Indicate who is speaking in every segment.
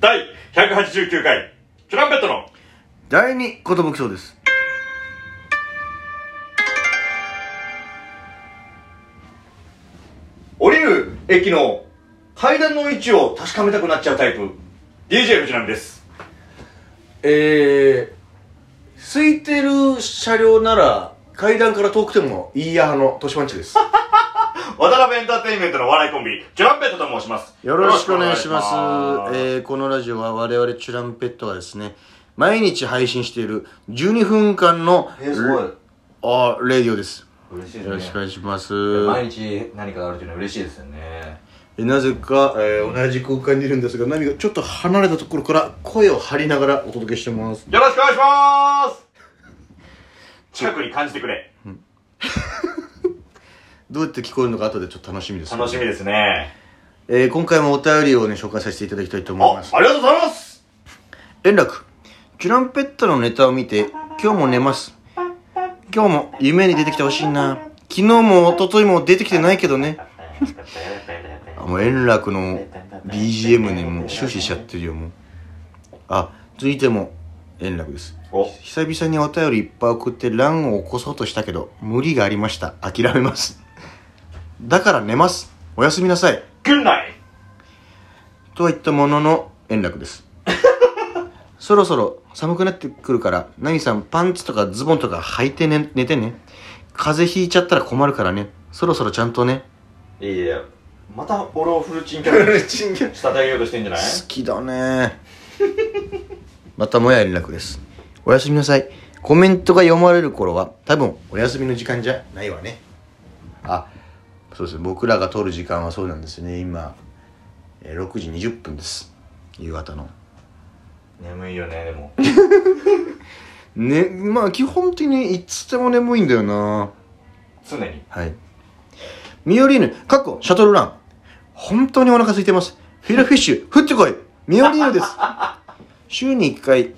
Speaker 1: 第189回、トランペットの、
Speaker 2: 第二言目章です。
Speaker 1: 降りる駅の階段の位置を確かめたくなっちゃうタイプ、DJ 藤波です。
Speaker 2: えー、空いてる車両なら、階段から遠くてもいいや派の年パンチです。 よ
Speaker 1: 渡辺エンターテインメントのお笑いコンビ、トランペットと申します。
Speaker 2: ろしくお願いし
Speaker 1: よろ
Speaker 2: ま。
Speaker 1: しくお願いします
Speaker 2: えー、このラジオは我々チュランペットがですね、毎日配信している12分間の、
Speaker 3: えー、すごい
Speaker 2: あー、レディオです。
Speaker 3: 嬉しいですね
Speaker 2: よろしくお願いします。
Speaker 3: 毎日何かがあるというのは嬉しいですよね
Speaker 2: えなぜか、えー同じ空間にいるんですが、ナミがちょっと離れたところから声を張りながらお届けしてます。
Speaker 1: よろしくお願いします近くに感じてくれ。
Speaker 2: どうやって聞こえるのか後でちょっと楽しみです。
Speaker 1: 楽しみですね。
Speaker 2: えー今回もお便りをね、紹介させていただきたいと思い
Speaker 1: あ、あ
Speaker 2: ま
Speaker 1: り
Speaker 2: す。
Speaker 1: がとうございます
Speaker 2: 円楽、チュランペットのネタを見て、今日も寝ます。今日も夢に出てきてほしいな。昨日も一昨日も出てきてないけどね。あ、もう円楽の BGM にもう終始しちゃってるよ、もう。あ、続いても円楽です。
Speaker 1: お、
Speaker 2: 久々にお便りいっぱい送って乱を起こそうとしたけど、無理がありました。諦めます。だから寝ます。おやすみなさい。
Speaker 1: グンナイ
Speaker 2: とは言ったものの円楽です そろそろ寒くなってくるからナミさんパンツとかズボンとか履いて、ね、寝てね風邪ひいちゃったら困るからねそろそろちゃんとね
Speaker 3: いいえまた俺をフルチンキャラにしたたげようとしてんじゃない
Speaker 2: 好きだねまたもや円楽ですおやすみなさいコメントが読まれる頃は多分お休みの時間じゃないわねあそうですね僕らが撮る時間はそうなんですね今えー6時20分です夕方の
Speaker 3: 眠いよねでも
Speaker 2: ねまあ基本的にいつでも眠いんだよな
Speaker 3: 常に
Speaker 2: はいミオリーヌかっこシャトルラン本当にお腹空いてますフィラフィッシュ降ってこいミオリーヌです週に1回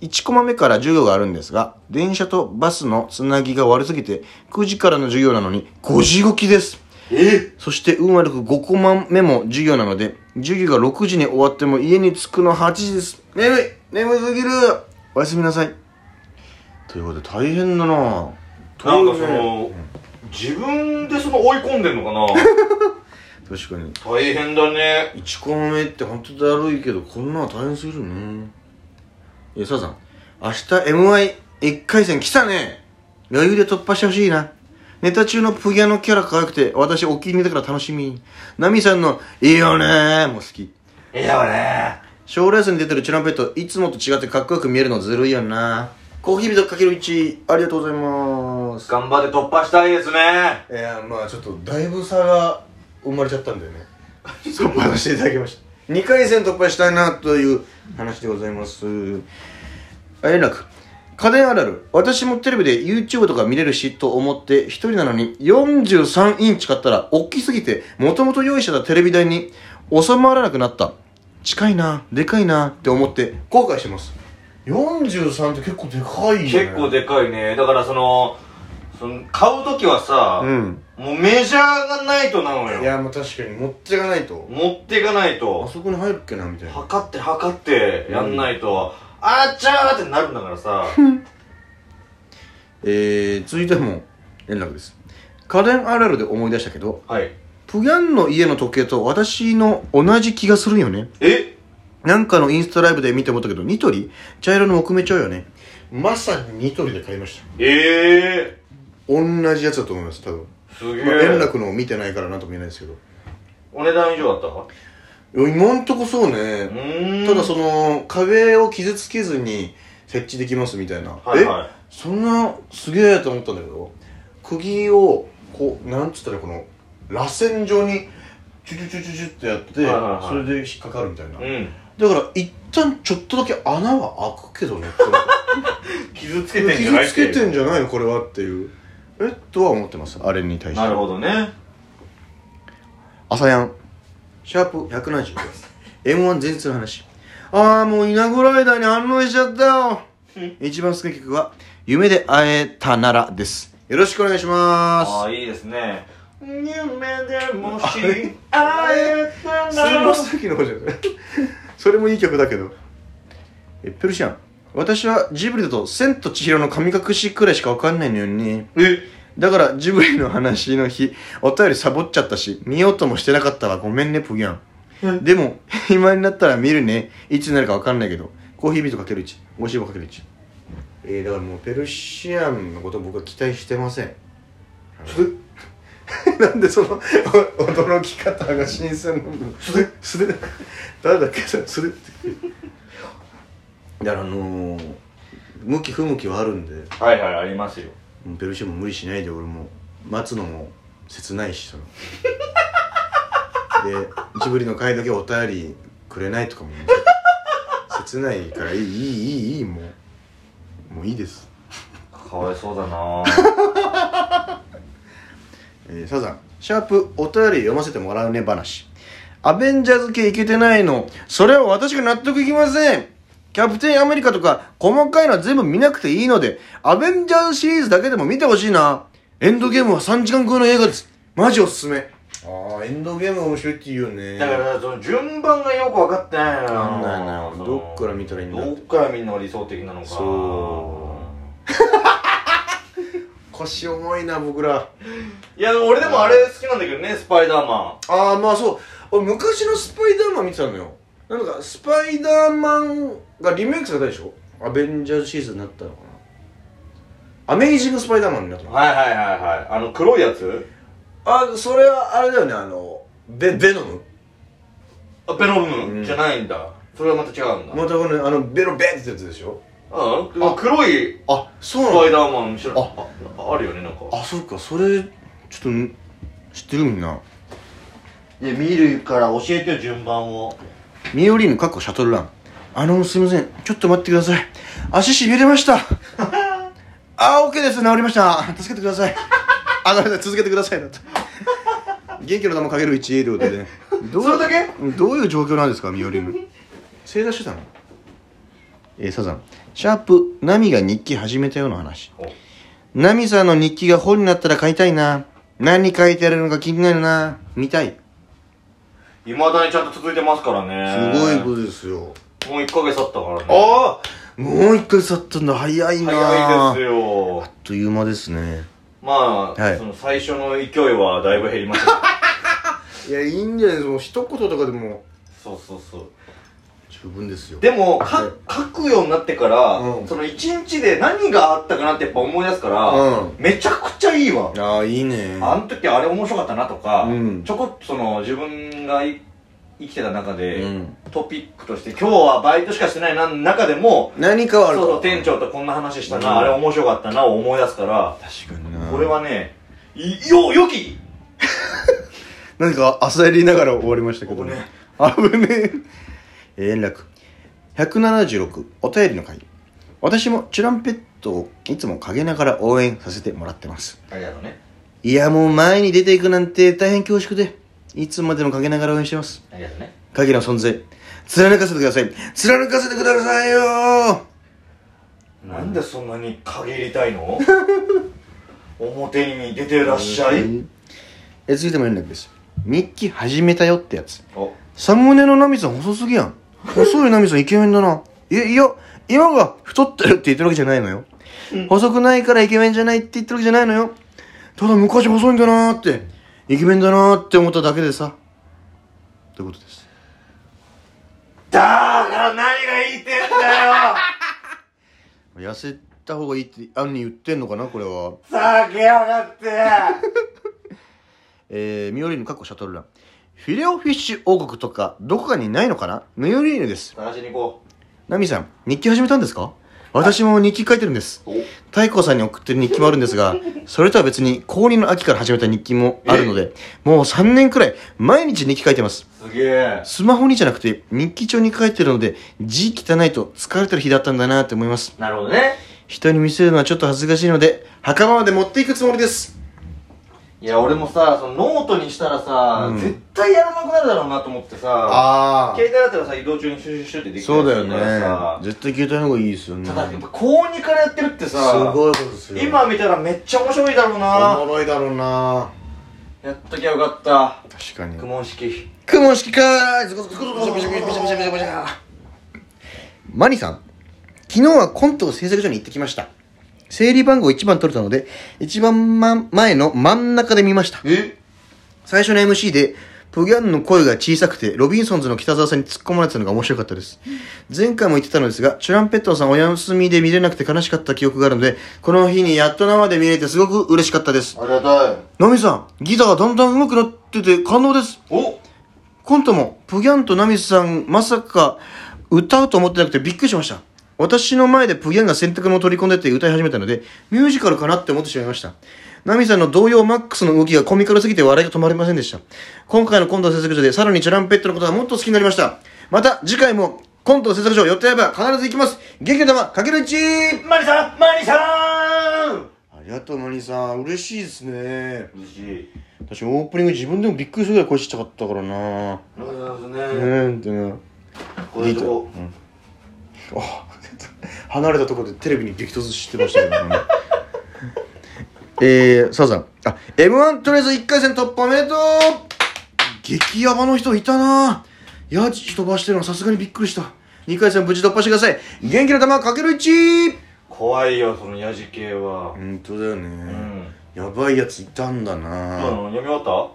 Speaker 2: 1コマ目から授業があるんですが電車とバスのつなぎが悪すぎて9時からの授業なのに5時起きです
Speaker 3: え
Speaker 2: そして運悪く5コマ目も授業なので授業が6時に終わっても家に着くの8時です眠い眠いすぎるおやすみなさいということで大変だな
Speaker 1: なんかその、自分でその追い込んでんのかな
Speaker 2: 確かに
Speaker 1: 大変だね。
Speaker 2: 1コマ目って本当だるいけどこんなの大変すぎるねえさあさん明日 m 1 1回戦来たね余裕で突破してほしいなネタ中のプギャのキャラ可愛くて私お気に入りだから楽しみナミさんの「いいよねー」も好き
Speaker 3: いやね
Speaker 2: 賞レースに出てるチュランペットいつもと違ってかっこよく見えるのずるいよなコーヒービトかける1ありがとうございます
Speaker 3: 頑張って突破したいですね
Speaker 2: いやまあちょっとだいぶ差が生まれちゃったんだよ ね突破していただきました2回戦突破したいなという話でございますあ円楽家電あるある私もテレビで YouTube とか見れるしと思って1人なのに43インチ買ったら大きすぎてもともと用意してたテレビ台に収まらなくなった近いなでかいなって思って後悔してます43って結構でかいよね
Speaker 3: 結構でかいねだからそのその買う時はさ、
Speaker 2: うん
Speaker 3: もうメジャーがないとなの
Speaker 2: い
Speaker 3: よ
Speaker 2: やもう確かに持っていかないと
Speaker 3: 持っていかない
Speaker 2: あ
Speaker 3: と
Speaker 2: そこに入るっけなみたいな
Speaker 3: 測って測ってやんないと、あっちゃーってなるんだから さ
Speaker 2: えー、続いても円楽です家電あるあるで思い出したけど
Speaker 3: はい
Speaker 2: プギャンの家の時計と私の同じ気がするよね
Speaker 3: え
Speaker 2: なんかのインスタライブで見て思ったけどニトリ茶色の木目調よねまさにニトリで買いました
Speaker 3: ええ
Speaker 2: 同じやつだと思います多分、
Speaker 3: ー、すげえ、
Speaker 2: まあ、円楽のを見てないからなんとも言えないですけど
Speaker 3: お値段以上だったう
Speaker 2: いや今んとこそうね、
Speaker 3: ーん
Speaker 2: ただその壁を傷つけずに設置できますみたいな、
Speaker 3: はいは
Speaker 2: えそんなすげえと思ったんだけど釘をこうなんつったらこの螺旋状にチュチュチュチュチュってやって、
Speaker 3: はいはいはい
Speaker 2: それで引っかかるみたいな、
Speaker 3: いうん
Speaker 2: だから一旦ちょっとだけ穴は開く けどねって思った
Speaker 3: 傷つけてんじゃない
Speaker 2: 傷つけてんじゃないのこれはっていうえとは思ってますあれに対して
Speaker 3: なるほどね
Speaker 2: 朝やんシャープ170 M1 前日の話ああもう稲子ライダーに反応しちゃったよ一番好きな曲は「夢で会えたなら」ですよろしくお願いし
Speaker 3: あ
Speaker 2: ま
Speaker 3: あいいですね夢でもし
Speaker 2: あれ
Speaker 3: 会えた
Speaker 2: す
Speaker 3: ら
Speaker 2: スの方じゃないそれもいい曲だけどえペルシアン私はジブリだと「千と千尋の神隠し」くらいしかわかんないのよね
Speaker 1: え
Speaker 2: だからジブリの話の日お便りサボっちゃったし見ようともしてなかったわごめんねプギャンでも 今になったら見るねいつになるかわかんないけどコーヒービートかける1ゴシーボかける1えー、だからもうペルシアンのこと僕は期待してません なんでそのお驚き方が新鮮なの素手素手誰だっけそれ素手ってだからあのー、向き不向きはあるんで
Speaker 1: はいはいありますよ
Speaker 2: もうペルシアも無理しないで俺も待つのも切ないしそのでジブリの回だけお便りくれないとかも切ないからいいいいいいいいもうもういいです、
Speaker 1: かわいそうだな
Speaker 2: えー、サザンシャープお便り読ませてもらうね話アベンジャーズ系いけてないのそれは私が納得いきませんキャプテンアメリカとか細かいのは全部見なくていいのでアベンジャーズシリーズだけでも見てほしいなエンドゲームは3時間超えの映画ですマジおすすめああエンドゲーム面白いって言うよね
Speaker 1: だからその順番がよく分かってないのよ
Speaker 2: わかんないなどっから見たらいいんだ
Speaker 1: どっから見るのが理想的なのか
Speaker 2: そ腰重いな僕ら
Speaker 1: いやでも俺でもあれ好きなんだけどねスパイダーマ
Speaker 2: ああまあそう俺昔のスパイダーマン見てたのよなんかスパイダーマンがリメイクされたでしょアベンジャーズシリーズになったのかなアメイジングスパイダーマンになった
Speaker 1: ン
Speaker 2: の
Speaker 1: はいはいはいはいあの黒いやつ
Speaker 2: あそれはあれだよねあのベベノム
Speaker 1: あベノム、
Speaker 2: うん
Speaker 1: じゃないんだそれはまた違うんだ
Speaker 2: またこのあのベロベってやつでしょ
Speaker 1: うんあ黒い
Speaker 2: あそう
Speaker 1: ス
Speaker 2: な
Speaker 1: パイ
Speaker 2: んだ
Speaker 1: ダーマン後ろ
Speaker 2: あ
Speaker 1: ああるよねなんか
Speaker 2: あそうかそれちょっと知ってるみんな
Speaker 1: で見るから教えてよ順番を
Speaker 2: ミオリーヌかっこシャトルランあのすいませんちょっと待ってください足しびれましたあー OK です治りました助けてくださいあごめんなさい続けてくださいだと元気の玉かける1ということでどう
Speaker 1: それだけ
Speaker 2: どういう状況なんですかミオリーヌ正座してたのえー、サザンシャープナミが日記始めたような話
Speaker 1: お
Speaker 2: ナミさんの日記が本になったら買いたいな何書いてあるのか気になるな見たい
Speaker 1: いまだにちゃんと続いてますからね
Speaker 2: とですよ
Speaker 1: ともう1ヶ月あったからね
Speaker 2: ああもう一回去ったんだ早いな
Speaker 1: 早いです
Speaker 2: あ
Speaker 1: よ
Speaker 2: っという間ですね
Speaker 1: まあ、
Speaker 2: はい
Speaker 1: その最初の勢いはだいぶ減りました けど
Speaker 2: いやいいんじゃないですかもう一言とかでも
Speaker 1: そうそうそう
Speaker 2: 十分ですよ
Speaker 1: でもか
Speaker 2: はい
Speaker 1: 書くようになってから、
Speaker 2: うん
Speaker 1: その1日で何があったかなってやっぱ思い出すから、
Speaker 2: うん
Speaker 1: めちゃくちゃいいわ、
Speaker 2: ああいいね
Speaker 1: あの時あれ面白かったなとか、
Speaker 2: うん
Speaker 1: ちょこっとその自分がい生きてた中で、
Speaker 2: うん
Speaker 1: トピックとして今日はバイトしかしてないな中でも
Speaker 2: 何かはあ
Speaker 1: そう
Speaker 2: る
Speaker 1: そう店長とこんな話したな、
Speaker 2: うん
Speaker 1: あれ面白かったなを思い出すから、
Speaker 2: 確かにな
Speaker 1: これはねいよよき
Speaker 2: 何か焦りながら終わりましたけどね危ねえ円楽176お便りの回私もチュランペットをいつも陰ながら応援させてもらってます
Speaker 1: あれだろうね
Speaker 2: いやもう前に出ていくなんて大変恐縮でいつまでも陰ながら応援してます
Speaker 1: あれだろうね
Speaker 2: 影の存在貫かせてください貫かせてくださいよー
Speaker 1: なんでそんなに陰りたいの 表に出てらっしゃい、
Speaker 2: え続いても連絡です日記始めたよってやつ
Speaker 1: お
Speaker 2: サムネのナミさん細すぎやん細いナミさんイケメンだないやいや今が太ってるって言ってるわけじゃないのよ細くないからイケメンじゃないって言ってるわけじゃないのよただ昔細いんだなーってイケメンだなーって思っただけでさということです
Speaker 1: だから何が言いてんだよ
Speaker 2: 痩せた方がいいってアンに言ってんのかなこれは
Speaker 1: さあけやがって
Speaker 2: えー、ミオリーヌかっこシャトルランフィレオフィッシュ王国とかどこかにないのかなミオリーヌです
Speaker 1: 探しに行こ
Speaker 2: ナミさん日記始めたんですか私も日記書いてるんです
Speaker 1: お
Speaker 2: 太鼓さんに送ってる日記もあるんです がそれとは別に高2の秋から始めた日記もあるのでもう3年くらい毎日日記書いてます
Speaker 1: うすげえ
Speaker 2: スマホにじゃなくて日記帳に書いてるので字汚いと疲れてる日だったんだなって思います
Speaker 1: なるほどね
Speaker 2: 人に見せるのはちょっと恥ずかしいので袴まで持っていくつもりです
Speaker 1: いや俺もさそのノートにしたらさ、
Speaker 2: うん
Speaker 1: 絶対やらなくなるだろうなと思ってさ
Speaker 2: あ
Speaker 1: 携帯だったらさ移動中にシュシュシュってできた
Speaker 2: そう
Speaker 1: り
Speaker 2: だ
Speaker 1: す
Speaker 2: よ
Speaker 1: るからさ
Speaker 2: ね絶対携帯の方がいいですよね
Speaker 1: ただやっぱ高2からやってるって
Speaker 2: す
Speaker 1: さ
Speaker 2: ごいことですよ
Speaker 1: 今見たらめっちゃ面白いだろう
Speaker 2: お
Speaker 1: な
Speaker 2: もろいだろうな
Speaker 1: やっときゃよかった
Speaker 2: 確かに
Speaker 1: 苦問式
Speaker 2: くも式かーいズコズコズコズコズコズコズコズコズコズコズマニさん昨日はコント制作所に行ってきました整理番号1番取れたので一番、ま、前の真ん中で見ました
Speaker 1: え
Speaker 2: 最初の MC でプギャンの声が小さくてロビンソンズの北沢さんに突っ込まれてたのが面白かったです前回も言ってたのですがチュランペットンさんお休みで見れなくて悲しかった記憶があるのでこの日にやっと生で見れてすごく嬉しかったです
Speaker 1: ありがたい
Speaker 2: ナミさんギターがだんだん上手くなってて感動です
Speaker 1: お
Speaker 2: コントも、プギャンとナミさん、まさか、歌うと思ってなくてびっくりしました。私の前でプギャンが洗濯物を取り込んでて歌い始めたので、ミュージカルかなって思ってしまいました。ナミさんの童謡マックスの動きがコミカルすぎて笑いが止まりませんでした。今回のコント制作所でさらにチュランペットのことがもっと好きになりました。また次回もコント制作所予定あれば必ず行きます。元気の玉、かけるち
Speaker 1: マリさんマリさん
Speaker 2: ありがとう、マニーさん。嬉しいですね。
Speaker 1: 嬉しい
Speaker 2: 私オープニング自分でもびっくりするぐらい声ちっちゃかったからな
Speaker 1: ありがとうございます
Speaker 2: う
Speaker 1: ね
Speaker 2: ーんってな。
Speaker 1: こういうとこ
Speaker 2: あ 離れたところでテレビに激突してましたけどねえー、サザンあ m 1とりあえず1回戦突破おめでとう激ヤバの人いたなやじ飛ばしてるのはさすがにびっくりした2回戦無事突破してください元気の玉かける1
Speaker 1: 怖いよそのヤジ系は
Speaker 2: 本当だよ
Speaker 1: う
Speaker 2: ね、
Speaker 1: ん
Speaker 2: やばいやついたんだ
Speaker 1: 今
Speaker 2: な、
Speaker 1: の読み終わっ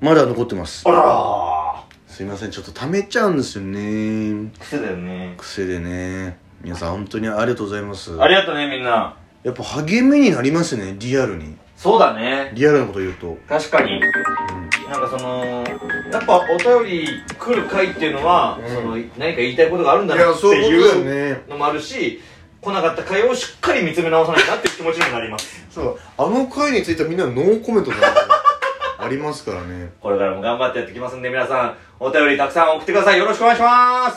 Speaker 2: まだ残ってます
Speaker 1: たあら
Speaker 2: すいませんちょっと溜めちゃうんですよね
Speaker 1: ー癖だよね
Speaker 2: 癖でね皆さん本当にありがとうございます
Speaker 1: ありがとねみんな
Speaker 2: やっぱ励みになりますねリアルに
Speaker 1: そうだね
Speaker 2: リアルなこと言うと
Speaker 1: 確かになんかそのやっぱお便り来る回っていうのは、
Speaker 2: うん
Speaker 1: その何か言いたいことがあるんだ
Speaker 2: い
Speaker 1: な
Speaker 2: や
Speaker 1: って
Speaker 2: そういうこと
Speaker 1: いう
Speaker 2: だよね
Speaker 1: のもあるし来なかった回をしっかり見つめ直さないとなっていう気持ちにもなります
Speaker 2: そうあの回についてはみんなノーコメントだな ありますからね
Speaker 1: これからも頑張ってやってきますんで皆さんお便りたくさん送ってくださいよろしくお願いします